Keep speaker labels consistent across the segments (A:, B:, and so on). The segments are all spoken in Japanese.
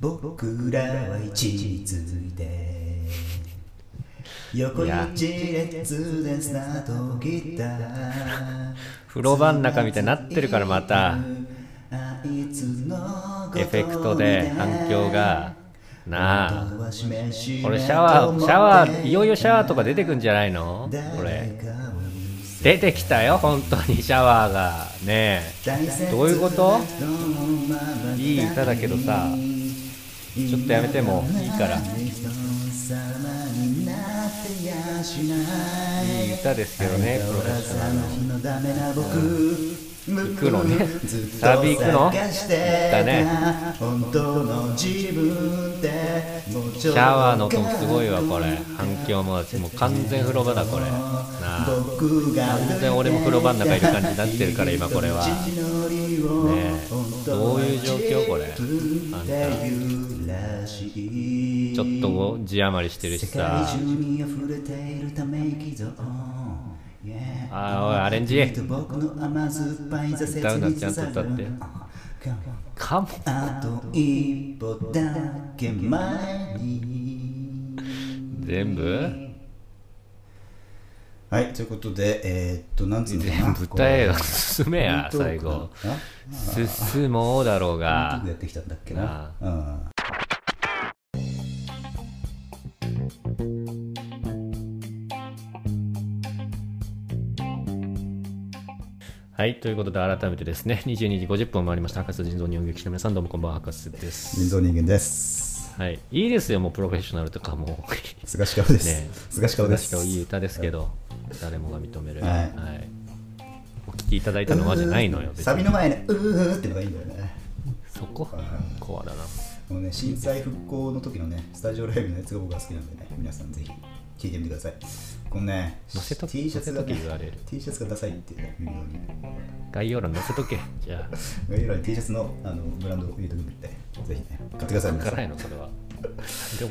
A: 僕らは一途で横一列でスタートギター
B: 風呂場ん中みたいになってるからまたエ
A: エ
B: フェクトで反響がなあ
A: 俺シャ
B: これシャワーシャワーいよいよシャワーとか出てくんじゃないのこれ出てきたよ本当にシャワーがねえどういうこといい歌だけどさちょっとやめてもいいからいい歌ですけどねプロフェッショナルの
A: 行
B: くのねサビ行くのだね
A: 本当の自分ってもうち
B: シ
A: ょっと
B: ャワーの音もすごいわこれ反響もあってもう完全風呂場だこれなあ
A: 僕が歩いて
B: 全然俺も風呂場の中いる感じになってるから今これは
A: 道のりを
B: ねえどういう状況これあんた
A: ち
B: ちょっとご字余りしてるし
A: 世界中
B: さ
A: に溢れているため息ぞ Yeah
B: あーおいアレンジ
A: 僕の甘酸っぱい挫折
B: 歌うな
A: に
B: ちゃんと歌って
A: 刺さる
B: かも
A: あと一歩だけ前に
B: 全部
A: はいということでえーっとなんつうのかな
B: 全部歌えよ
A: これ
B: 進めや最後
A: あ
B: 進もうだろう
A: あ
B: が
A: 僕やってきたんだっけなうん
B: はいということで改めてですね22時50分を回りました博士人造人形劇の皆さんどうもこんばんは博士です
A: 人造人間です
B: はいいいですよもうプロフェッショナルと かもう
A: 菅氏顔です、
B: ね
A: 菅氏顔です
B: 確かいい歌ですけど誰もが認める
A: はい
B: お聴きいただいたのはじゃないのよ別に
A: サビの前の「うー」ってのがいいんだよね
B: そこコアだな
A: もうね震災復興の時のねスタジオライブのやつが僕が好きなんでね皆さんぜひ聞いてみてくださいこのね
B: 載せと
A: T シャツが、
B: 載せとけ言われる
A: ね、T シャツがダサいってね微妙に
B: 概要欄載せとけじゃ
A: 概要欄に T シャツのあのブランドを入れてくんでぜひね買ってください
B: あ
A: 皆さ
B: 辛い
A: ん
B: のそれはでも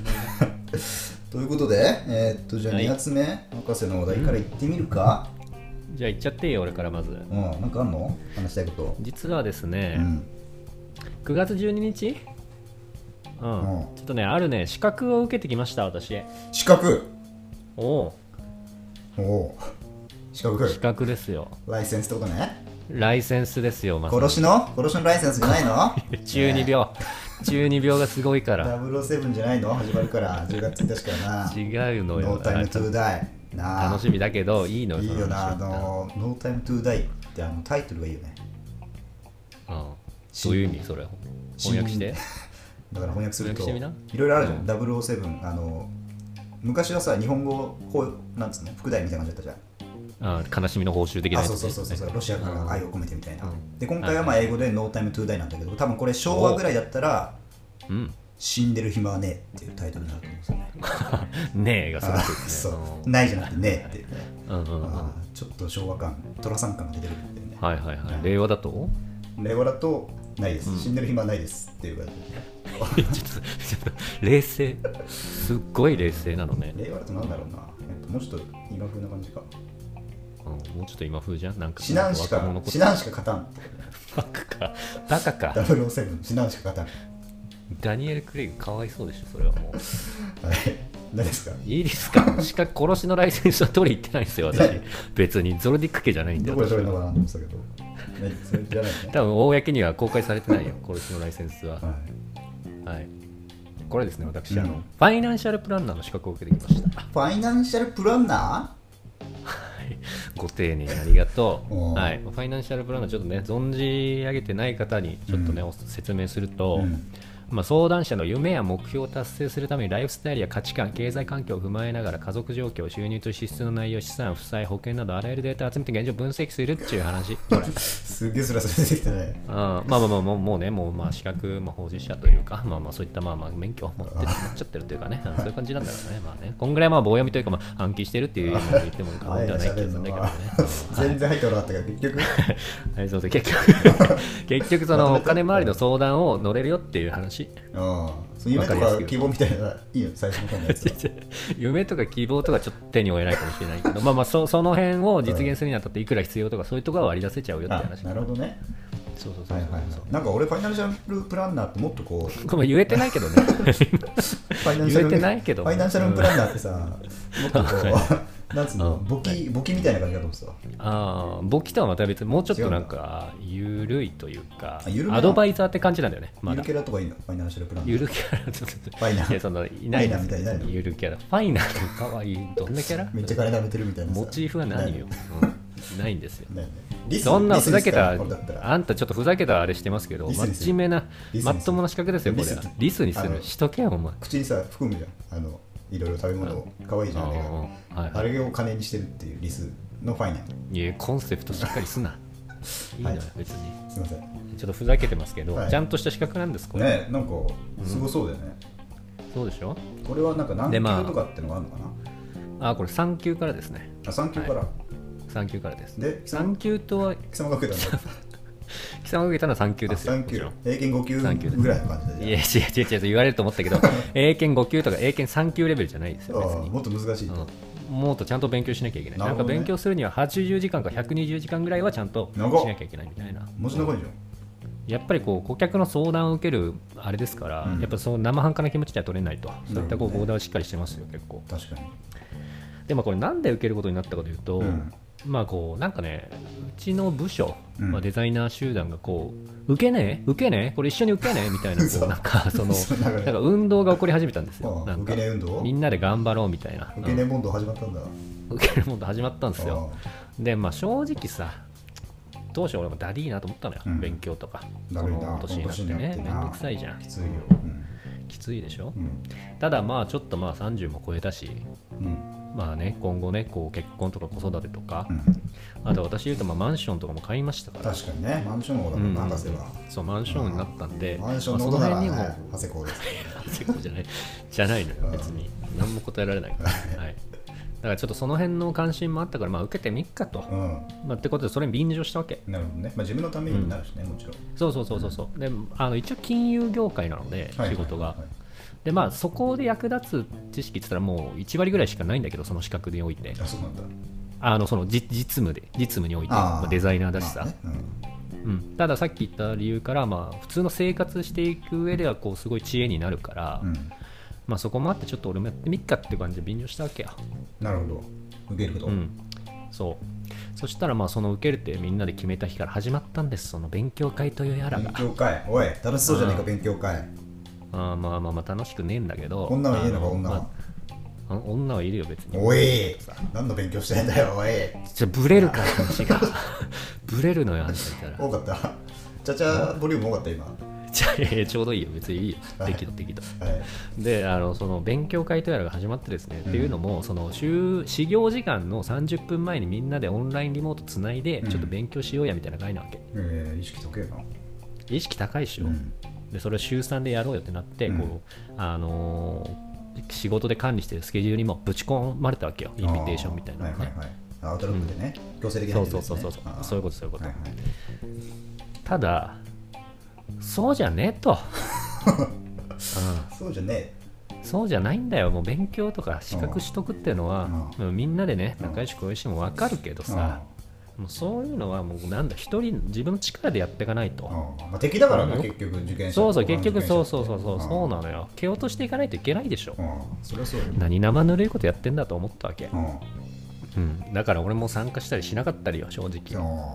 A: ということでえーっとじゃあ
B: はい
A: 2発目、博士のお題からいってみるか
B: じゃあ行っちゃっていいよ俺からまず
A: うん、なんかあんの話したいこと
B: 実はです
A: う
B: ね、
A: ん
B: 9月12日うん、
A: うん
B: ちょっとねあるね資格を受けてきました私
A: 資格
B: おお
A: おおう資格
B: 資格ですよ
A: ライセンスってことね
B: ライセンスですよまさに
A: 殺しの殺しのライセンスじゃない の
B: 12秒12秒がすごいから
A: 007じゃないの始まるから10月1日からな
B: 違うのよ
A: ノータイムトゥーダイ
B: あ
A: なあ
B: 楽しみだけどいいのよ
A: いいよなあ
B: その話だっ
A: のノータイムトゥーダイってあのタイトルがいいよね
B: たらうんそういう意味それ翻訳して
A: だから翻訳すると
B: 翻訳して
A: いろいろあるじゃん、007あの昔はさ日本語こうなんつうの副題みたいな感じだったじ
B: あ悲しみの報酬的
A: ゃん
B: な
A: あ
B: やつ
A: そう
B: ね
A: そうそうそうロシアから愛を込めてみたいな、
B: うん
A: で今回はまあ英語でノータイムトゥーダイなんだけど多分これ昭和ぐらいだったら
B: うん
A: 死んでる暇はねえっていうタイトルになると思うんですよね
B: ねえがすごく
A: あ
B: ね
A: そうないじゃなくてねえっていうね
B: うんうんうん
A: あーちょっと昭和感、寅さん感が出てくるんだよね。
B: はいはいはい令和だと
A: 令和だとないです、死んでる暇はないですっていう感
B: ちょっとちょっと 冷静すっごい冷静なのね
A: じで。令和だとなんだろうな、えっと、もうちょっと今風な感じか。
B: うんもうちょっと今風じゃんなんか
A: 死なんし
B: 若
A: か
B: 者、こ
A: 死なんしか勝たん。
B: バカかバカか
A: 007、死なんしか勝たん。
B: ダニエル・クレイグかわいそうでしょそれはもう
A: はい、何ですか
B: いいですかしか殺しのライセンスは取り行ってないんですよ私
A: え
B: 別にゾロディック家じゃないんだ
A: どこ
B: よ
A: で
B: 私
A: 取れるの
B: は
A: かなと思ってたけど。ね、それじゃないね。
B: 多分公には公開されてないよ殺しのライセンスは
A: は
B: はいこれですね私、あ
A: う
B: の
A: ん
B: ファイナンシャルプランナーの資格を受けてきました
A: い、ファイナンシャルプランナ
B: ご丁寧にありがとう、
A: おー
B: はい、ファイナンシャルプランナーちょっとね存じ上げてない方にちょっとね、
A: う
B: お説明する
A: ー
B: と、
A: うん
B: まあ、相談者の夢や目標を達成するためにライフスタイルや価値観経済環境を踏まえながら家族状況収入と支出の内容資産負債保険などあらゆるデータを集めて現状を分析するっていう話これ
A: すげえスラスラ出てきたね。
B: うんまあまあまあもうもうねもうまあ資格、まあ、法人者というかまあまあそういったまあまあ免許を持って持っちゃってるという かねうんそういう感じなんだろうねまあねこんぐらいまあ棒読みというかまあ暗記してるっていう意味で言ってもいいかも
A: あいな
B: ではない
A: 喋
B: け
A: る
B: ど
A: の
B: ね
A: は。 全然入ってこなかったけど、結局。
B: はい、そうです結局 結局そのお金回りの相談を乗れるよっていう話
A: うん。そう夢と
B: わかりやす
A: か
B: く
A: 希望みたいなのはいいよ、最初の方のやつは。
B: 夢とか希望とかちょっと手に負えないかもしれないけどまあまあそその辺を実現するにあたっていくら必要とかそういうところは割り出せちゃうよって
A: あ
B: 話
A: なるほどね。
B: そうそうそうそ
A: はいは
B: う
A: いはいなんか俺ファイナンシャルプランナーってもっとこう
B: ごめん言えてないけど ね
A: ファイナンシャル
B: 言えてないけど
A: ファイナンシャルプランナーってさもっと こうなんつうの簿記簿記みたいな感じだと思ってた
B: ああ簿記とはまた別にもうちょっとなんかゆるいというか
A: あ緩めな
B: アドバイザーって感じなんだよねま
A: ゆ
B: だ
A: るキャラとかいいのファイナンシャルプランナー
B: ゆるキャラちょっと
A: ファイナ
B: いやそのいないです
A: ファイナみたいにないの
B: ゆるキャラファイナルかわいいどんなキャラ
A: めっちゃ金貯めてるみたいなさ
B: モチーフは何よ、うんないんですよ
A: だよねリス
B: そんな
A: リスで
B: ふざ
A: す
B: け
A: から
B: た
A: これだったら
B: あんたちょっとふざけたあれしてますけど
A: リスにする
B: 真面目な
A: リスにす
B: ま
A: る
B: っともな資格ですよこれは
A: リ
B: リ
A: ス
B: ス
A: に
B: に
A: す
B: す
A: るあの
B: るしとけよお前
A: 口にさ含むじゃんあのいろいろ食べ物を可愛いじゃんあれ
B: うんうん
A: が、
B: はい
A: あれを金にしてるっていうリスのファイナル
B: いやコンセプトしっかりすないいのよ
A: はい
B: 別に
A: すいません
B: ちょっとふざけてますけど、
A: はい
B: ちゃんとした資格なんですこれ、
A: ねなんかすごそうだよね、
B: そうでしょ
A: これはなんか何
B: でまあ
A: 級とかってのがあるのかな、
B: あこれ3級からですね
A: あ、3級から、
B: 3級からです
A: で貴様
B: 3級とは
A: 貴様が受けたの
B: 貴様が受けたのは3級
A: あ
B: ですよ
A: 3
B: もち
A: 級
B: ろん
A: 英検
B: 三
A: 5級
B: 級です
A: ぐらいの感じだ
B: い
A: じ
B: や
A: ゃ
B: 違う違う違う言われると思っ たけど英検5級とか英検3級レベルじゃないですよ
A: あ
B: 別
A: あ
B: に
A: もっと難しいと、
B: うんもっとちゃんと勉強しなきゃいけない
A: な
B: な,、
A: る
B: ん
A: ほ
B: か
A: どね
B: 勉強するには80時間か120時間ぐらいはちゃんとし
A: 長っ
B: なきゃいけないみたいな
A: 文字の声じゃん
B: やっぱりこう顧客の相談を受けるあれですから、
A: うん
B: やっぱその生半可な気持ちでは取れないとそういった
A: なるほど
B: こう
A: ね
B: ボーダーをしっかりしてますよ結構
A: 確かに
B: でもこれなんで受けることになったかというと、
A: うん
B: まあこうなんかねうちの部署、
A: うん
B: まあ、デザイナー集団がこう受けねえ受けねえこれ一緒に受けねえみたいなこ
A: 嘘
B: うなんかそ の
A: そんな流れ
B: なんか運動が起こり始めたんです
A: あ
B: よ
A: あ
B: なん
A: 受
B: か
A: けねえ運動
B: みんなで頑張ろうみたいな
A: 受けね問答始まったんだ
B: うん受けるもんと始まったんですよ
A: あ
B: でまあ正直さ当初俺もだりーなと思ったのよ、
A: うん
B: 勉強とか
A: だるいな
B: この年になって
A: この年
B: ね
A: になって
B: め
A: なん
B: どくさいじゃ
A: あ
B: ん
A: きついよ
B: きついでしょ
A: うん
B: ただまあちょっとまあ30も超えたし
A: うんうん
B: まあね今後ねこう結婚とか子育てとか
A: う、ん
B: あと私言うとまあマンションとかも買いましたから
A: 確かにねマンション王だもんな博士は
B: そうマンションになったんで、
A: マンショ
B: ま
A: ン
B: あ
A: のこ
B: そ
A: と
B: の
A: なら
B: 辺に
A: ね
B: も
A: 長谷子です
B: 結構じゃないじゃないのよ別に何も答えられない から、はい、だからちょっとその辺の関心もあったからまあ受けてみっかと、
A: うん
B: まあ、ってことでそれに便乗したわけ
A: なるほどね、まあ、自分のためにもなるしね、もちろん。
B: そうそうそうそうそうであの一応金融業界なので
A: はい
B: 仕事が、
A: はいはい
B: でまあそこで役立つ知識って言ったらもう1割ぐらいしかないんだけどその資格において
A: あ、そうなんだ。
B: あのそのじ実務で実務において
A: あー
B: まあデザイナーだしさ、
A: まあね
B: うん、たださっき言った理由から、まあ、普通の生活していく上ではこうすごい知恵になるから、
A: うんうん
B: まあ、そこもあってちょっと俺もやってみっかって感じで便乗したわけや、
A: なるほど。受けること。
B: うん、そうそしたらまあその受けるってみんなで決めた日から始まったんですその勉強会というやらが
A: 勉強会。おい、楽しそうじゃねえか、
B: うん
A: 勉強会。
B: あーまあまあまあ楽しくねえんだけど
A: 女はいねえのか、
B: あ
A: 女は
B: ま。ああ女はいるよ別に
A: おい、何の勉強してんだよ、おい。
B: じゃブレるから話が ブレるのよあんたいたら
A: 多かった。ちゃちゃボリューム多かった、今。は
B: じゃあいやいやちょうどいいよ別にいいよ適度適度
A: い。
B: であのその勉強会とやらが始まってですね、っていうのもその週始業時間の30分前にみんなでオンラインリモートつないで
A: うん
B: ちょっと勉強しようやみたいな会なわけ、
A: えー、意識解けよ
B: 意識高いっしょ、
A: な。うん。
B: でそれを週3でやろうよってなって、
A: うん
B: こうあのー仕事で管理してるスケジュールにもぶち込まれたわけよインビテーションみたいなの
A: あ
B: ね、
A: ーはいはいはい。アウトロックでね、強制的な
B: そ
A: や
B: う
A: つ
B: そ
A: で
B: う
A: す
B: そ
A: ね
B: うそうそう
A: あー
B: そういうことそういうこと、
A: はいはい
B: ただそうじゃねえと、うん
A: そうじゃね
B: そうじゃないんだよ、もう勉強とか資格取得っていうのは、もうみんなでね、
A: うん
B: 仲良し恋しいも分かるけど
A: え。
B: さ、もうそういうのはもうなんだ、一人、自分の力でやっていかない
A: うん
B: と。
A: うんまあ、敵だからね、
B: うん
A: 結局、受験者
B: そうそう、
A: 他の
B: 結局、
A: 受験
B: そ
A: 者
B: うそうそう、そうそう
A: うん
B: なのよ。蹴落としていかないといけないでしょ。
A: うん、そりゃそうよ。
B: 何生ぬるいことやってんだと思ったわけ
A: う。ん、
B: うん、だから俺も参加したりしなかったりよ、正直。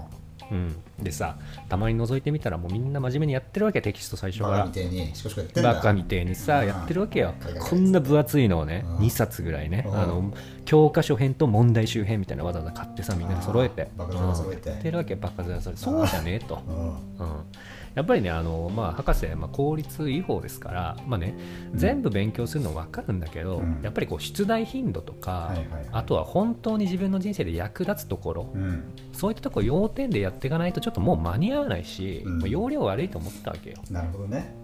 B: うん、でさ、たまに覗いてみたら、もうみんな真面目にやってるわけ、テキスト最初
A: バカ
B: か
A: みてえに、しこしこやって
B: ら。
A: んだ。
B: バカみてえに
A: う
B: さ、
A: ん
B: やってるわけよ
A: うん。
B: こんな分厚いのをね
A: う、ん
B: 2冊ぐらいね
A: う、ん
B: あの、教科書編と問題集編みたいなわざわざ買ってさ、みんなで揃えて。
A: バカ面揃えて
B: うんやってるわけ、バカ面揃えて。そうじゃねえと。
A: うん。
B: うんやっぱりね、あの、まあ、博士、まあ、公立違法ですから、まあね、全部勉強するの分かるんだけど
A: うん、
B: やっぱりこう、出題頻度とか
A: はいはいはい、
B: あとは本当に自分の人生で役立つところ、
A: うん。
B: そういったとこ要点でやっていかないとちょっともう間に合わないし、
A: うん
B: もう容量悪いと思ったわけよ、
A: なるほどね。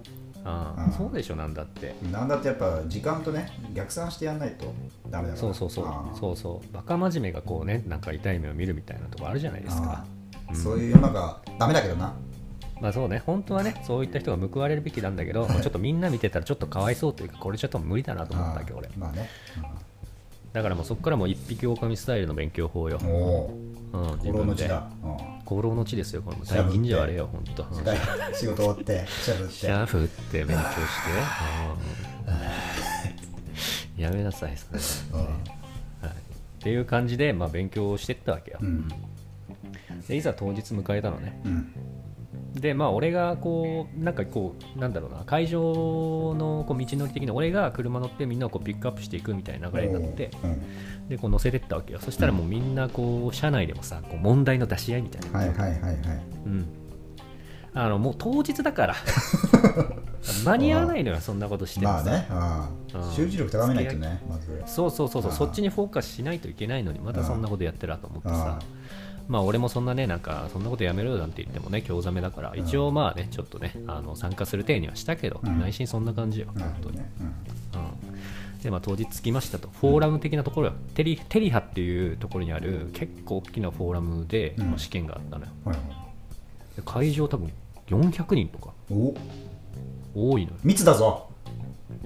B: うん
A: うん
B: そうでしょなんだって
A: なんだってやっぱ時間とね、逆算してやんないとダメだから。
B: そうそうそう
A: あー
B: そうそうバカ真面目がこうねなんか痛い目を見るみたいなとこあるじゃないですか
A: あー
B: うん
A: そういう世の中、ダメだけどな。
B: まあそうね本当はねそういった人が報われるべきなんだけど、もうちょっとみんな見てたらちょっとかわいそうというかこれちょっと無理だなと思ったわけ
A: あー
B: 俺
A: まあね。
B: だからもうそこからもう一匹狼スタイルの勉強法よ
A: うん、おお、
B: うん、自
A: 心
B: 分
A: の血
B: で
A: だ。うん
B: 功労の地ですよ、この大銀じゃあれよ、本当。
A: 仕事終わって、シャブっ
B: シ
A: て。
B: ャーフって勉強して。 うんやめなさい、それ
A: うん
B: はい、っていう感じで、まあ、勉強をしてったわけよ
A: う。ん。
B: でいざ当日迎えたのね。
A: うん。
B: で、まあ、俺がこう、なんかこう、なんだろうな、会場のこう道のり的に、俺が車乗ってみんなをこうピックアップしていくみたいな流れになって、
A: うん
B: で、こう乗せてったわけよ。そしたらもうみんな、こう、車内でもさ、こう問題の出し合いみたいな。
A: はいはいはいはい。
B: うん。あの、もう当日だ から。間に合わないのよ、そんなことしても
A: まあ
B: さ。
A: ね、あ
B: うん
A: あ集中力高めないとね、まず。
B: そうそうそうそう
A: あー
B: そっちにフォーカスしないといけないのにまたそんなことやってらと思ってさ
A: あー
B: まあ俺もそんなねなんかそんなことやめろよなんて言ってもね興ざめだから一応まあねちょっとねあの参加する体にはしたけど
A: うん
B: 内心そんな感じよ
A: なる
B: 本
A: ほ
B: 当
A: ど
B: に、
A: ね。
B: うん、でまあ当日着きましたとフォーラム的なところよテリテリハっていうところにある結構大きなフォーラムで
A: うん
B: まあ試験があったのよ
A: うんはいはい
B: で会場多分400人とか
A: お
B: 多いのよ
A: 密だぞ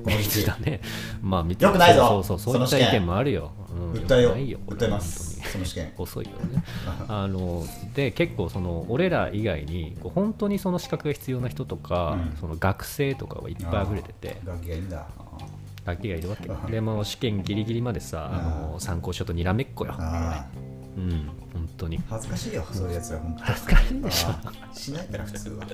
A: この
B: 密だねまあ密
A: よくないぞ
B: そうそうそうそういっ
A: そ
B: た
A: の試
B: 意
A: 験
B: 見もあるよ、うん
A: 訴えよ
B: く
A: う
B: ないよこれ
A: 訴えま
B: 本当
A: す
B: に
A: その試験
B: 遅いよね あので結構その俺ら以外にこう本当にその資格が必要な人とか、
A: うん
B: その学生とかがいっぱい溢れてて
A: 楽器がいいんだ
B: ガキがいるわけ
A: あー
B: でもう試験ギリギリまでさあの参考書とにらめっこよ
A: ああ
B: うん本当に
A: 恥ずかしいよそういうやつは本当
B: 恥ずかしいでしょ
A: ああしないから普通は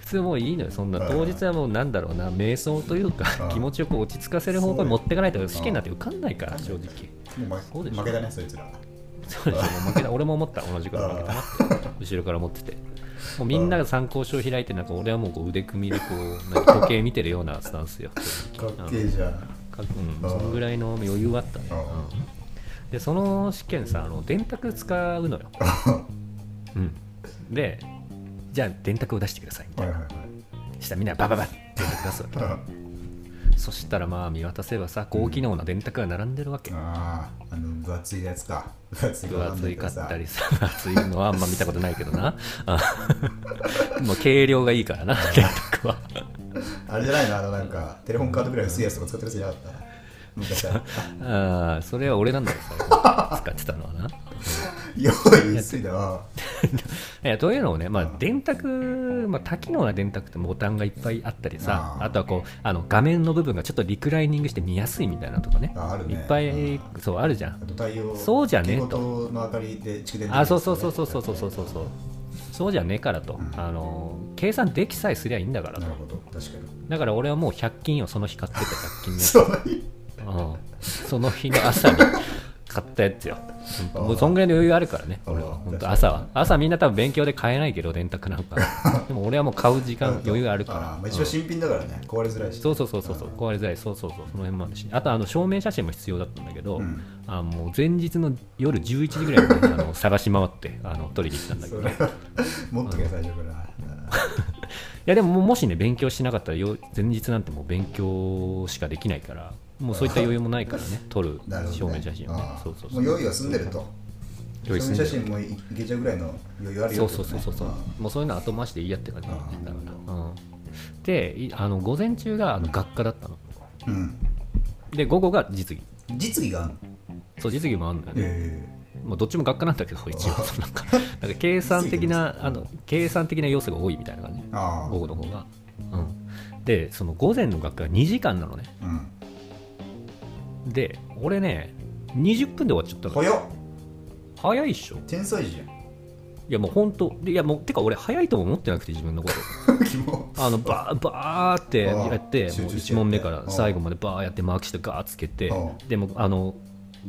B: 普通もういいのよそんな
A: あー
B: 当日はもうなんだろうな瞑想というか
A: ー
B: 気持ちよく落ち着かせる方向に持っていかないと
A: そうよ
B: 試験なんて受かんないから
A: あー
B: 正直
A: も
B: そう
A: う
B: で
A: 負
B: しょ
A: 負けだねそいつら
B: そうですよもう負けた俺も思った同じこと負けたなって後ろから持っててもうみんなが参考書を開いてなんか俺はもうこう腕組みでこうなんか時計見てるようなスタンスよ
A: かっけえじゃん
B: かうんそのぐらいの余裕はあったね、
A: あ
B: うんでその試験さあの電卓使うのよ、うん、でじゃあ電卓を出してくださいみた
A: はいい
B: な
A: はいはい
B: したらみんなバババッ電卓出すわけ
A: あ
B: そしたらまあ見渡せばさ高機能な電卓が並んでるわけ、
A: ああの分厚いやつか分厚い
B: 分厚いか
A: わかん
B: っ
A: な
B: た
A: い
B: りさ分厚いのはあんま見たことないけどなあ もう軽量がいいか らな電卓は
A: けどさあれじゃないのあのなんかテレホンカードぐらい薄いやつとか使ってるやつじゃなかった昔 は
B: あーそれは俺なんだよさ使ってたのはな
A: 用意薄いだわ
B: いやというのをね、まあ、電卓、まあ、多機能な電卓ってボタンがいっぱいあったりさ
A: あ
B: あ
A: ー
B: とはこうあの画面の部分がちょっとリクライニングして見やすいみたいなのとかね
A: ああるね
B: いっぱい、
A: うん
B: そうあるじゃん
A: あと太陽
B: そうじゃねえと
A: 蛍光灯の明かりで蓄電できるやつね
B: あそうそうそうそうそうそうそうそうそうじゃねえからと、あの計算できさえすりゃいいんだから
A: な
B: と
A: るほど確かに
B: だから俺はもう100均をその日買ってた100均のやつ
A: そんなに
B: うんその日の朝に買ったやつよ。本当もうそんぐらいの余裕あるからね、
A: あ
B: 俺は。本当
A: あ
B: 朝は。朝みんな多分勉強で買えないけど、電卓なんか。 でも俺はもう買う時間余裕ある
A: あ
B: か
A: ーまあ
B: ら。
A: 一応新品だからね、壊れづらいし。
B: そうそうそうそうそう、壊れづらい、そうそうそう、その辺もあるし、あとあの証明写真も必要だったんだけど、
A: ん
B: あのもう前日の夜11時ぐらいまであの探し回ってあの取りに行ったんだけ
A: そ
B: ど、
A: れ
B: い
A: は持っとけ最初か ら。
B: やでももうもしね、勉強しなかったら、よ前日なんてもう勉強しかできないから、もうそういった余裕もないからね、撮る
A: なるほ
B: 証
A: ど、ね。
B: 明写真をね
A: あ、ー
B: そうそうそ
A: も
B: う
A: う。用意は済んでると。
B: 用意済ん
A: 証
B: で
A: 明
B: る
A: 写真もいけちゃうぐらいの余裕ある
B: そ
A: よ
B: う
A: って
B: そ
A: こと
B: うそう
A: ね、
B: そうそう、
A: あ
B: もうそういうの後回しでいいやって感じだよね
A: あー
B: だから、うん、でいあの午前中があの学科だったの
A: ーうん。
B: で午後が実技
A: 実技があるの
B: そう実技もあるんだよね、
A: え
B: まあ、どっちも学科なんだけど一応そのなんかなんか計算的なあの計算的な要素が多いみたいな感じ
A: ー、あ
B: 午後の方がうんでその午前の学科が2時間なのね
A: あ。うん。
B: で俺ね20分で終わっちゃったから
A: 早っ
B: 早いっしょ
A: 天才じ ゃ
B: いやもう本当でいやもうてか俺早いとも思ってなくて自分のこと
A: ん。キモ。
B: あのバーバーってやって
A: ああ
B: もう
A: 集中して
B: 1問目から
A: ああ
B: 最後までバーやってマークしてガーつけて
A: ああ
B: でもあの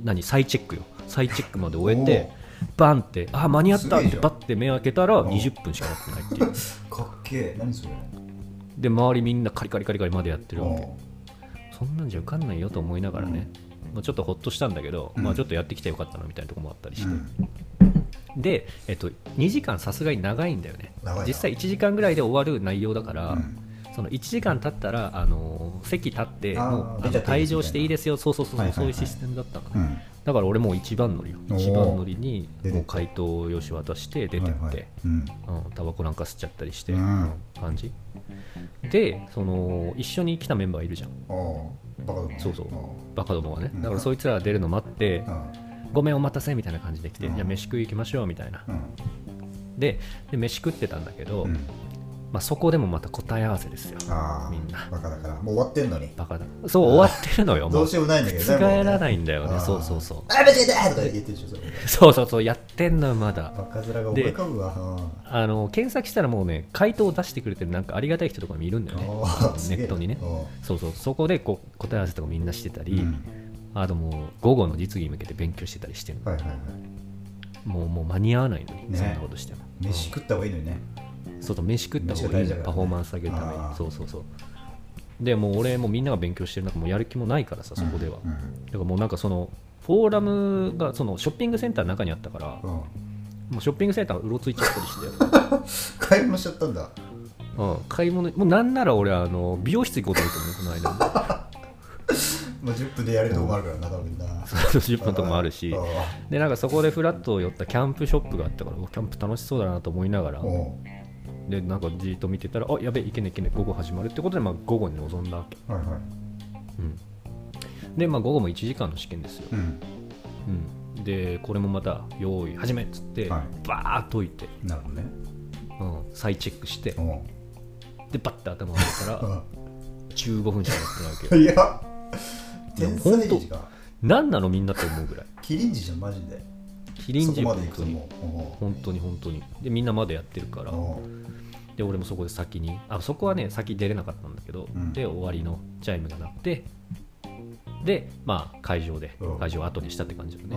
B: 何再チェックよ再チェックまで終えて
A: お
B: バンってあ間に合っ
A: す
B: た
A: げ
B: っ
A: え
B: て
A: じゃん
B: パッて目開けたら20分しか経ってないっていう
A: かっけえ。何それ。
B: で周りみんなカリカリカリカリまでやってるわけ
A: お
B: そんなんじゃ受かんないよと思いながらねまあちょっとほっとしたんだけど
A: うん
B: まあちょっとやってきてよかったなみたいなとこもあったり
A: ー
B: し
A: う
B: て
A: ん。
B: でえっと2時間さすがに長いんだよね
A: 長いな
B: 実際1時間ぐらいで終わる内容だか
A: う
B: ら
A: ん
B: その1時間経ったら、あのー席立って
A: あー
B: もうあ
A: 出
B: の
A: ちゃっていい
B: 退
A: です
B: 場していいですよ、そうそうそうそ
A: は
B: う、
A: いはいはい
B: そういうシステムだったのね、
A: うん。
B: だから俺もう一番乗りよ、
A: おー
B: 一番乗りに
A: 出てった
B: もう回答用紙渡して出てって、
A: はいはいうん。
B: うん、タバコなんか吸っちゃったりして、
A: うん
B: 感じでその一緒に来たメンバーいるじゃん
A: おーバカだね。
B: そうそう
A: お
B: バカどもがね
A: うん
B: だからそいつらが出るの待って
A: ーうん。
B: ごめんお待たせみたいな感じで来て、
A: うん
B: じゃあ飯食い行きましょうみたいな
A: うん。
B: でで飯食ってたんだけど、
A: うん
B: まあ、そこでもまた答え合わせですよ
A: あ
B: みん
A: あ
B: な
A: バカだからもう終わってんのに
B: バカだそう終わってるのよ
A: ど
B: もう
A: うしようもないんだけどねもうね
B: 覆らないんだよね
A: あー
B: そうそうそう
A: あ間違えたとか言ってるでしょそれ
B: そうそうそうやってんのよまだ
A: バカ面が思い浮かぶわうん
B: あの検索したらもうね回答を出してくれてるなんかありがたい人とかもいるんだよね
A: おーす
B: ネ
A: げえ
B: ットにね
A: う
B: そうそうそこでこう答え合わせとかみんなしてたり、
A: んうん
B: あともう午後の実技に向けて勉強してたりしてるの
A: はいはいはい
B: もうもう間に合わないのに、
A: ね
B: そんなことしても
A: 飯食った方がいいのにね
B: そうそう飯食った方が
A: 飯が
B: いい
A: 大事だ
B: の
A: からね
B: パフォーマンス上げるため
A: あ
B: に
A: ー
B: そうそうそうでもう俺もみんなが勉強してる中もうやる気もないからさそこでは、
A: うん
B: だからもうなんかそのフォーラムがそのショッピングセンターの中にあったから
A: うんうん
B: もうショッピングセンターうろついちゃったりして、
A: 買い物しちゃったんだ
B: うん、買い物もうなんなら俺あの美容室行こうと思ってるこ の間
A: まあ10分でやれるとこもあるからな多分な
B: そう10分とかもあるし
A: う
B: でなんかそこでフラッと寄ったキャンプショップがあったからおキャンプ楽しそうだなと思いながら
A: んうん
B: でなんかじーっと見てたらあやべえいけねいけね午後始まるってことで、まあ、午後に臨んだわけ、
A: はいはい
B: うん、でまあ午後も1時間の試験ですよ、
A: うん
B: うん、でこれもまた用意始めっつって、
A: は
B: バーっと解いて、
A: なるほどね
B: うん、再チェックして
A: うん
B: でバッて頭を上げたら15分しかやってないわけ よ
A: うんいや天才児が
B: 何なのみんなと思うぐらい
A: キリンジじゃんマジで
B: キリン
A: そ
B: ジ
A: こ
B: 本
A: まで行く
B: 当
A: と
B: に
A: も
B: 本当に本当にでみんなまだやってるから
A: ううん
B: で俺もそこで先にあそこはね先出れなかったんだけど、
A: うん
B: で終わりのチャイムが鳴ってでまあ会場で、
A: うん
B: 会場を後にしたって感じだね、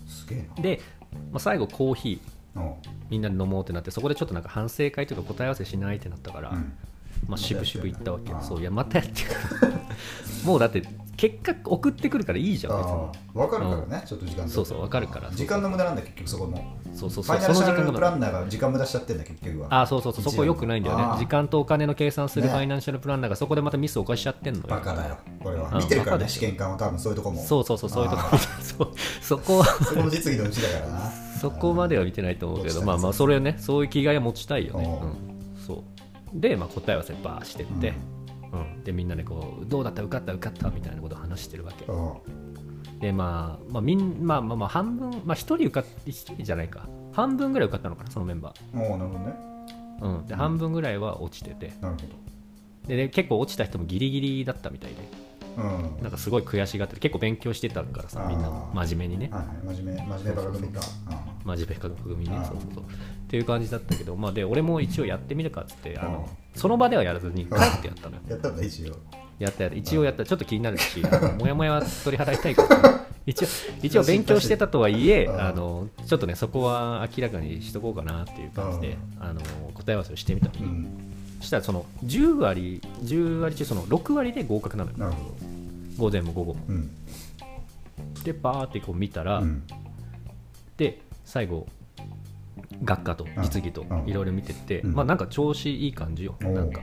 A: うんすげえ
B: で、まあ、最後コーヒー
A: なうん
B: みんなで飲もうってなってそこでちょっとなんか反省会というか答え合わせしないってなったから、
A: うん
B: まあ渋々行ったわけ
A: またやってんな
B: そういやまたやってくるもうだって結果送ってくるからいいじゃん別
A: ああ分かるからねちょっと時間と
B: そうそう分かるから
A: 時間の無駄なんだ結局そこも
B: にそうそう
A: フ
B: そ
A: ァ
B: う
A: イナル
B: その時
A: シャ
B: 間
A: ル
B: が
A: プランナーが時間無駄しちゃってんだ結局は
B: あそうそうそうそこよくないんだよ
A: あ
B: ね
A: ー
B: 時間とお金の計算する
A: ね
B: ファイナンシャルプランナーがそこでまたミスを犯しちゃってんのよ
A: バカだよこれ
B: う
A: は
B: ん
A: 見てるから
B: バカ
A: ね
B: でし
A: 試
B: ょ
A: 験官は多分そういうとこも
B: そうそうそうそういうとこ
A: あ
B: そうそこは
A: そこも実技のうちだからな
B: そこまでは見てないと思うけ
A: どうし
B: ど
A: た
B: まあまあそれをねそういう気概は持ちたいよね
A: おう
B: うんそうで、まあ、答え合わせバーしてって、うんでみんなでこうどうだった受かった受かったみたいなことを話してるわけ
A: うん
B: でまあまあみんまあまあまあ半分まあ一人受かっ一人じゃないか半分ぐらい受かったのかなそのメンバ
A: もうなるほどね
B: ー、うん、で半分ぐらいは落ちてて
A: なる
B: でで結構落ちた人もギリギリだったみたいで
A: ほどうん
B: なんかすごい悔しがってて結構勉強してたからさみんな
A: あー
B: 真面目にね
A: はいはい真面目真面目バカ組かうん
B: 真面目科学組ね
A: あー
B: そうそうそうっていう感じだったけど、まあ、で俺も一応やってみるかっつってあの
A: う
B: その場ではやらずに帰ってやったのよ
A: やったんだ一応
B: やったやった一応やったちょっと気にな るしあのもやもやは取り払いたいから一応一応勉強してたとはいえ
A: うん
B: あのちょっとねそこは明らかにしとこうかなっていう感じであの答え合わせをしてみたの
A: う
B: よ
A: ん
B: そしたらその10割10割中その6割で合格なのよ
A: なるほど
B: 午前も午後も
A: うん
B: でバーってこう見た
A: う
B: ら、
A: ん
B: で最後学科と実技と
A: うん
B: いろいろ見てって、
A: うん
B: まあなんか調子いい感じよ
A: おう
B: なんか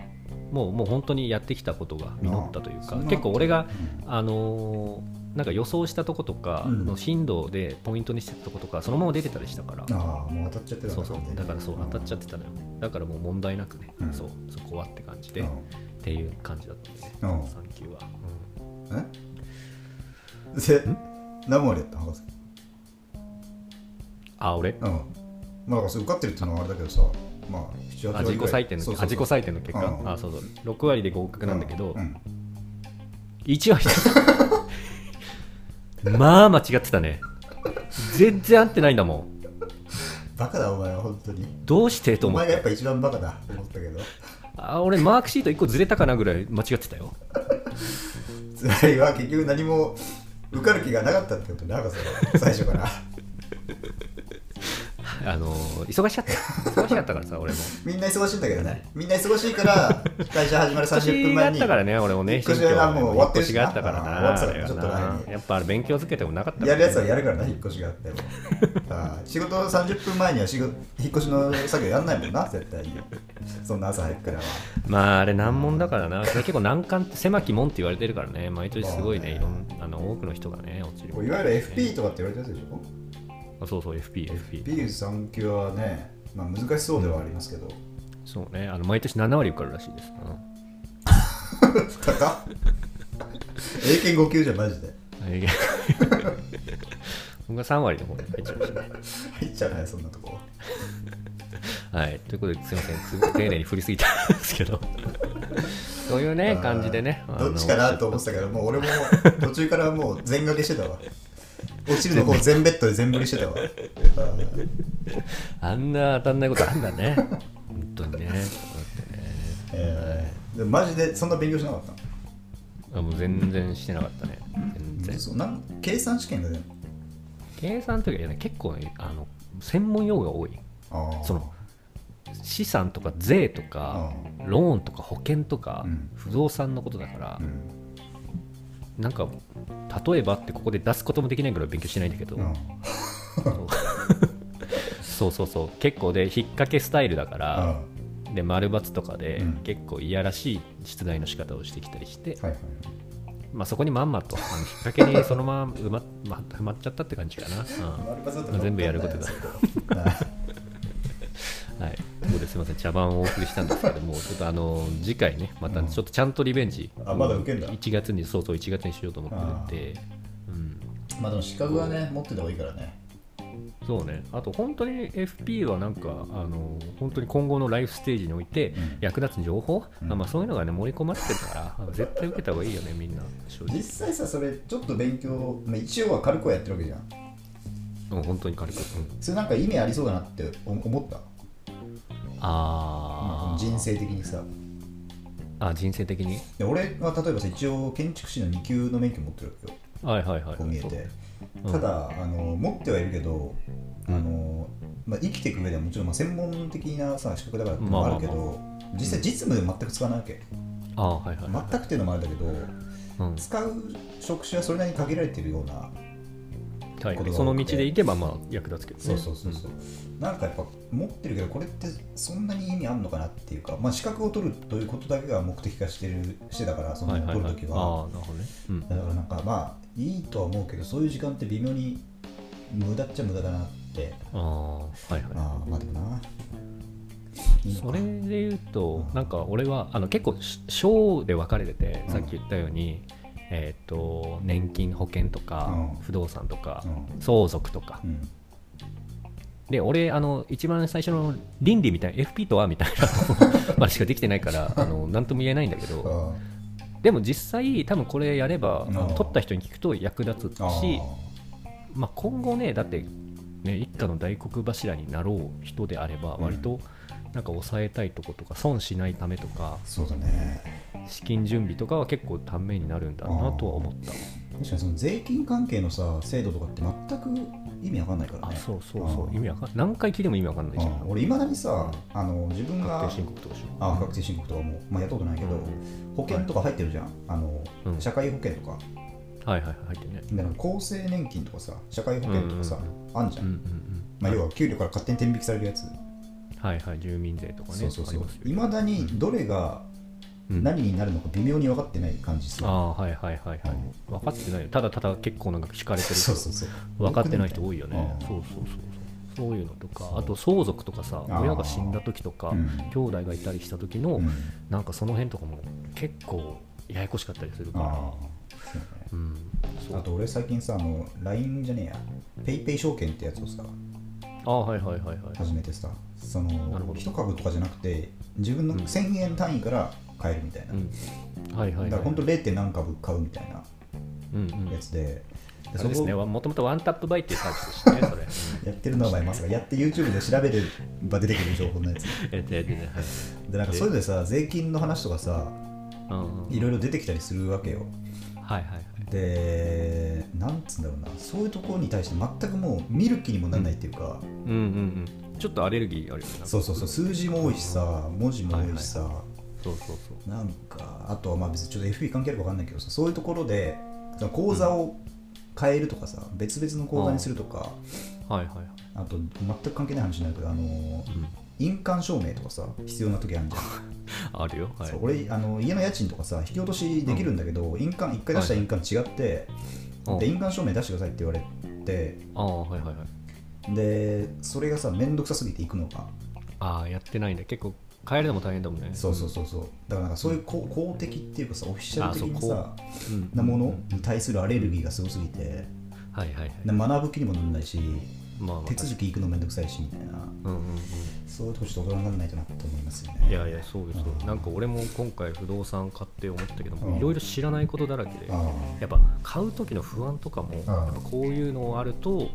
B: もうもう本当にやってきたことが実ったという
A: あ
B: か
A: あ
B: 結構俺が
A: う
B: あのーなんか予想したとことか
A: うん
B: の頻度でポイントにしてたとことかそのまま出てたりしたから、
A: ああもう当たっちゃってた
B: そうそうだからそう当たっちゃってたのよだからもう問題なくね、
A: うん
B: そうそこはって感じで、
A: う
B: っ
A: ん
B: ていう感じだったんでね、
A: うん
B: 3級は、うん
A: えで何もあれやった博士
B: あ俺
A: うんまあだからそれ受かってるっていうのはあれだけどさまあ78
B: あ自己採点の
A: そうそ
B: あ
A: うそう
B: 自己採点の結果、
A: うん
B: あそうそう6割で合格なんだけど、
A: うんうん
B: 1割だまあ間違ってたね全然合ってないんだもん
A: バカだお前は本当に
B: どうしてと
A: お
B: 思っ
A: 前がやっ
B: て
A: ぱ一番バカだと思ったけど
B: あ俺マークシート1個ずれたかなぐらい間違ってたよ
A: つまりは結局何も受かる気がなかったってことね博士は最初から
B: あの忙しかった忙しかったからさ俺も
A: みんな忙しいんだけどねみんな忙しいから会社始まる30
B: 年
A: 分
B: があ
A: 前
B: っ
A: に
B: たからね俺もね
A: 引っ越しがもう終わってるし
B: 引越しがあったから
A: ああ終わってたからちょっと
B: な
A: 前に
B: やっぱあれ勉強づけてもなかったから
A: やるやつはやるからな引っ越しがあってもああ仕事30分前には仕事引っ越しの作業やんないもんな絶対にそんな朝早くからは
B: まああれ難問だからな結構難関って狭き門って言われてるからね毎年すごいねいろんあの多くの人がね落ちる
A: こういわゆる FP とかって言われてるやつでしょ
B: あそうそう FPFP
A: B3 級はね、まあ、難しそうではありますけ ど、
B: そうねあの毎年7割受かるらしいです、うん
A: 高っ英検5級じゃんマジで
B: いや 僕が3割の方に入っちゃいましたね。
A: 入っちゃうねそんなとこ
B: はい、ということですいませんすごい丁寧に振りすぎたんです けどそういうね感じでねあの
A: どっちかなと思ってたけどもう俺も途中からもう全掛けしてた わ落ちるのこう全ベッドで全振りしてたわあー
B: あんな当たんないことあんだね本当にねこうやってね
A: えーでもマジでそんな勉強しなかった
B: あもう全然してなかったね全然
A: そうなん計算試験だよ
B: 計算というか、ね、結構ねあの専門用語が多い
A: ああ
B: その資産とか税とかローンとか保険とか
A: うん
B: 不動産のことだから
A: う、ん
B: なんか例えばってここで出すこともできないからい勉強しないんだけど、
A: うん
B: そうそうそう結構で引っ掛けスタイルだから、で丸×とかで
A: うん
B: 結構いやらしい出題の仕方をしてきたりして、
A: はいはい
B: まあ、そこにまんまとあの引っ掛けにそのまま埋ままはまっ ちゃったって感じかな、うん
A: 丸パスだった
B: ま
A: ら
B: あ全部やることだ はい、ここですみません茶番をお送りしたんですけども ちょっとあの次回ねまたちょっとちゃんとリベンジ、
A: あまだ受けんだ
B: 1月にそうそう1月にしようと思ってるんで、うん、
A: まあでも資格はね持ってた方がいいからね
B: そうねあと本当に FP はなんかあの本当に今後のライフステージにおいて
A: うん
B: 役立つ情報、
A: うん
B: あまあ、そういうのがね盛り込まれてるからあの絶対受けた方がいいよねみんな正直
A: 実際さそれちょっと勉強、まあ、一応は軽くはやってるわけじゃん
B: うん本当に軽く、うん
A: それなんか意味ありそうだなって思思った
B: あー
A: 人生的にさ
B: あ人生的に
A: で俺は例えばさ一応建築士の2級の免許持ってるわけよ
B: はいはいはい
A: こう見え
B: そう
A: て
B: うん
A: ただあの持ってはいるけどあ
B: うん
A: の、まあ、生きていく上ではもちろんまあ専門的なさ資格だからってのもあるけど、
B: まあま
A: 実際実務で全く使わないわけ
B: ああはいはい、
A: 全くっていうのもあるんだけど
B: うん
A: 使う職種はそれなりに限られてるような
B: はい
A: ことが多くて
B: その道で行けばまあ役立つけどね
A: そうそうそうそう、なんかやっぱ持ってるけどこれってそんなに意味あんのかなっていうか、まあ、資格を取るということだけが目的化してるしてたからその
B: はいはい
A: 取
B: は
A: る
B: い
A: とき。は,、
B: ああ、なるほどね。うん。
A: だからなんかまあいいとは思うけどそういう時間って微妙に無駄っちゃ無駄だなって
B: ああ、はいは
A: ああまあでもないい
B: い。
A: のか
B: それで言うと
A: う、ん
B: なんか俺は、あの結構、し章で分かれてて、
A: うん
B: さっき言ったように、えっと、年金、保険とか
A: う、ん
B: 不動産とか
A: う、
B: 相続とか。
A: んうん
B: で、俺、あの、一番最初の倫理みたいな、FP とはみたい なまあしかできてないから、あの、なんとも言えないんだけ
A: あ
B: ど、
A: ー
B: でも実際、多分これやれば、あの
A: うん
B: 取った人に聞くと役立つ
A: あー
B: し、まあ、今後ねだって、ね、一家の大黒柱になろう人であれば
A: うん
B: 割となんか抑えたいとことか損しないためとか
A: そうだね
B: 資金準備とかは結構ためになるんだなとは思った
A: 確かにその税金関係のさ制度とかって全く意味わかんないから
B: あ
A: ね
B: そうそうそ
A: あ
B: う意味わかん何回聞いても意味わかんないじゃ
A: あー
B: ん
A: 俺いまだにさあの自分が
B: 確定申告とかしょ
A: あ確定申告とかも、まあ、やったことないけど、
B: うん
A: 保険とか入ってるじゃん、あの
B: うん
A: 社会保険とか
B: はいはいはい入ってるね
A: だから厚生年金とかさ社会保険とかさ、あんじ
B: う
A: ゃ
B: ん
A: ん、
B: うん
A: まあ、要は給料から勝手に転引きされるやつ、
B: うんはいはい住民税とかね
A: そうそうそ
B: あ
A: う
B: りますよ
A: いまだにどれが
B: うん
A: 何になるのか微妙に分かってない感じする、
B: ああはいはいはいはい分かってないよただただ結構なんか聞かれてる
A: そうそうそう
B: 分かってない人多いよね
A: う。ん
B: そうそうそうそう。そういうのとか、あと相続とかさ、
A: あー
B: 親が死んだ時とか、
A: うん
B: 兄弟がいたりした時の、
A: うん
B: なんかその辺とかも結構ややこしかったりするから
A: あ。ーそうね
B: うん。そう
A: あと俺最近さあの LINE じゃねえや PayPay 証券ってやつをさ
B: あーはいはいはいはい。
A: 始めてさそ
B: なるほ
A: の
B: ど
A: 一株とかじゃなくて自分の
B: うん
A: 1000円単位から買えるみたいな、
B: うん。はいはい
A: だから
B: はい。
A: 本当 0. 何株買うみたいな
B: うんうん。
A: やつで、そ
B: あれ
A: こ
B: ですね、わもともとワンタップバイっていうサービスでしたね、それ。
A: やってるのはお前ま さかやって YouTube で調べれば出てくる情報のやつ
B: えっと、えっとね、はい
A: でなんかそういうのでさ税金の話とかさ
B: うんうん
A: いろいろ出てきたりするわけよ
B: はいはいはい。
A: でなんつうんだろうなそういうところに対して全くもう見る気にもならないっていうか、
B: うんうんうん。ちょっとアレルギーあるよね。
A: そうそうそう数字も多いしさ文字も多いしさ、
B: そうそうそう。
A: なんかあとはまあ別にちょっと FP 関係あるか分かんないけどさそういうところでその口座を変えるとかさ、別々の口座にするとか、
B: はいはいはい。
A: あと全く関係ない話になるけどあのー
B: うん。
A: 印鑑証明とかさ必要な時あるじゃん、
B: あるよ。はい
A: そう。俺あの家の家賃とかさ引き落としできるんだけど、印鑑1回出した印鑑違って、
B: うん
A: で印鑑証明出してくださいって言われて
B: ああ、はいはいはい。
A: でそれがさ面倒くさすぎて行くのが
B: ああやってないんだ結構変えるのも大変だもんね
A: そうそうそうそうだからなんかそういう公公的っていうかさオフィシャル的にさ
B: あうん
A: なものに対するアレルギーがすごすぎて
B: はいはいはい
A: で学ぶ気にもならないし
B: まあまあ
A: 手続き行くのめんどくさいしみたいな
B: うんうんうん
A: そういうとこちょっと大人にならないとなと思いますよ
B: い
A: ね
B: やいやそうですそうなんか俺も今回不動産買って思ったけど
A: うん
B: もいろいろ知らないことだらけで
A: あ
B: やっぱ買う時の不安とかもやっぱこういうのあると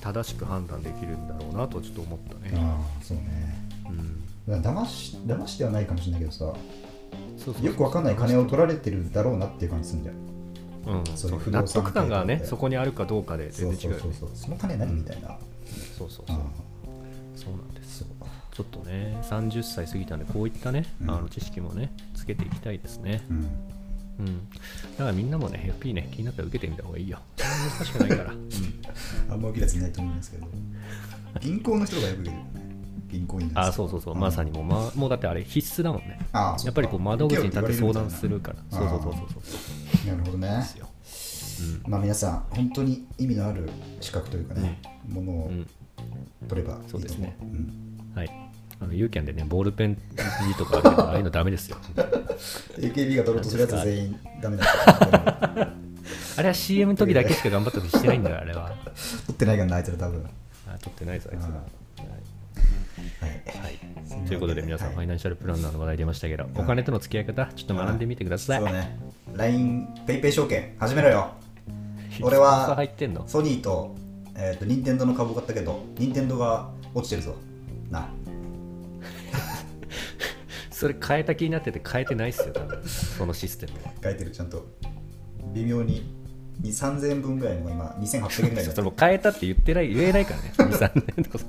B: 正しく判断できるんだろうなとちょっと思った
A: あ
B: ね、
A: ああそうね
B: うん、
A: だから騙し騙してはないかもしれないけどさ
B: そうそうそう
A: よくわかんない金を取られてるだろうなっていう感じするんだよ
B: うん、
A: そういう不動
B: 納
A: 産
B: 得感が
A: 系と
B: ね
A: かで
B: そこにあるかどうかで
A: そ
B: 全
A: う
B: 然違
A: そうう
B: よ
A: そう
B: ね
A: そうその金何みたいな、
B: そうそう
A: う
B: そ
A: ん
B: うそうなんです
A: そう
B: ちょっとね30歳過ぎたんでこういったね、
A: うん
B: あの知識もねつけていきたいですね
A: うん
B: うんだからみんなもねヘッピーね気になったら受けてみた方がい いよそんな難しくないから、うん
A: あんま受けたやついないと思うんですけど銀行の人がよく受けるよね銀行員
B: あそうそうそう、まさにもう,、ま、もうだってあれ必須だもんね
A: あ
B: やっぱりこう窓口に立って相談するからそうそうそうそうそう
A: うなるほどね
B: ですよ、うん
A: まあ皆さん本当に意味のある資格というかね、ものを
B: うん
A: 取ればいいと
B: そう
A: 思う
B: ですね
A: うん
B: はいあのユーキャンでねボールペン字とかあるけどああいうのダメですよ
A: AKB が取ろうとするやつは全員ダメなんですよ
B: あれは CM の時だけしか頑張ったとしてないんだ よあれは
A: 取ってないからなあいつら多分は
B: あ撮ってないぞあいつら
A: うんい
B: はい、ということで皆さん、
A: はい
B: ファイナンシャルプランナーの話題出ましたけど、
A: い
B: お金との付き合い方ちょっと学んでみてください、
A: そうね LINEPayPay 証券始めろよ俺は
B: 入ってんの
A: ソニーと,、えー、と任天堂の株を買ったけど任天堂が落ちてるぞな
B: それ変えた気になってて変えてないっすよ多分そのシステムは
A: 書いてるちゃんと微妙にに3000円分ぐらいのが今2800円ぐらい
B: ちょ
A: だ
B: っともう変えたって言ってない言えないからね23年とか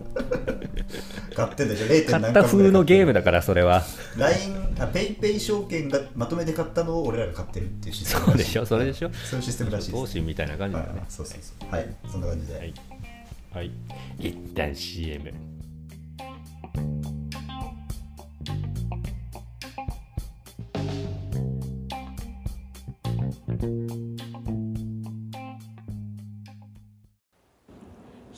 A: 買ってんだよ 0.
B: 買
A: 何
B: った風のゲーム
A: だ
B: だからそれは
A: LINE あ PayPay 証券がまとめて買ったのを俺らが買ってるっていうシステム
B: そうで
A: しい
B: しょそれでしょ
A: そういうシステムらしいで
B: 投
A: す
B: 資みたいな感じ
A: は
B: だ
A: い
B: よね
A: そうそうそうはいそんな感じで、
B: はい、はい、一旦 CM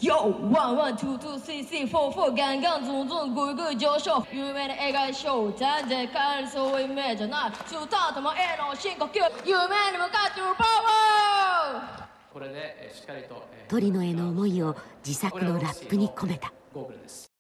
C: よワンワン、ツーツー、スリースリー、フォーフォー、ガンガン、ズンズン、グイグイ上昇。有名な映画ショー、全然変えるそういうイメージじゃない。スタートも A の深呼吸、夢に向かってるパワー
D: これでえーしっかりと、えー
E: 鳥の絵の思いを自作のラップに込めた
D: ゴーグルです